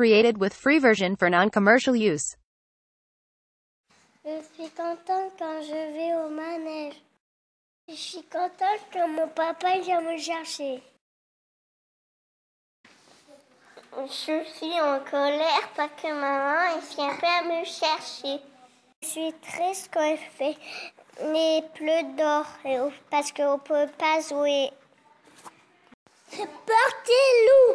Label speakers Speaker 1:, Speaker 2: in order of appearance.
Speaker 1: Created with free version for non-commercial use.
Speaker 2: Je suis contente quand je vais au manège. Je suis contente quand mon papa vient me chercher. Je suis en colère parce que maman ne vient pas me chercher. Je suis triste quand il fait les pleux d'or et on- parce qu'on ne peut pas jouer. C'est parti, loup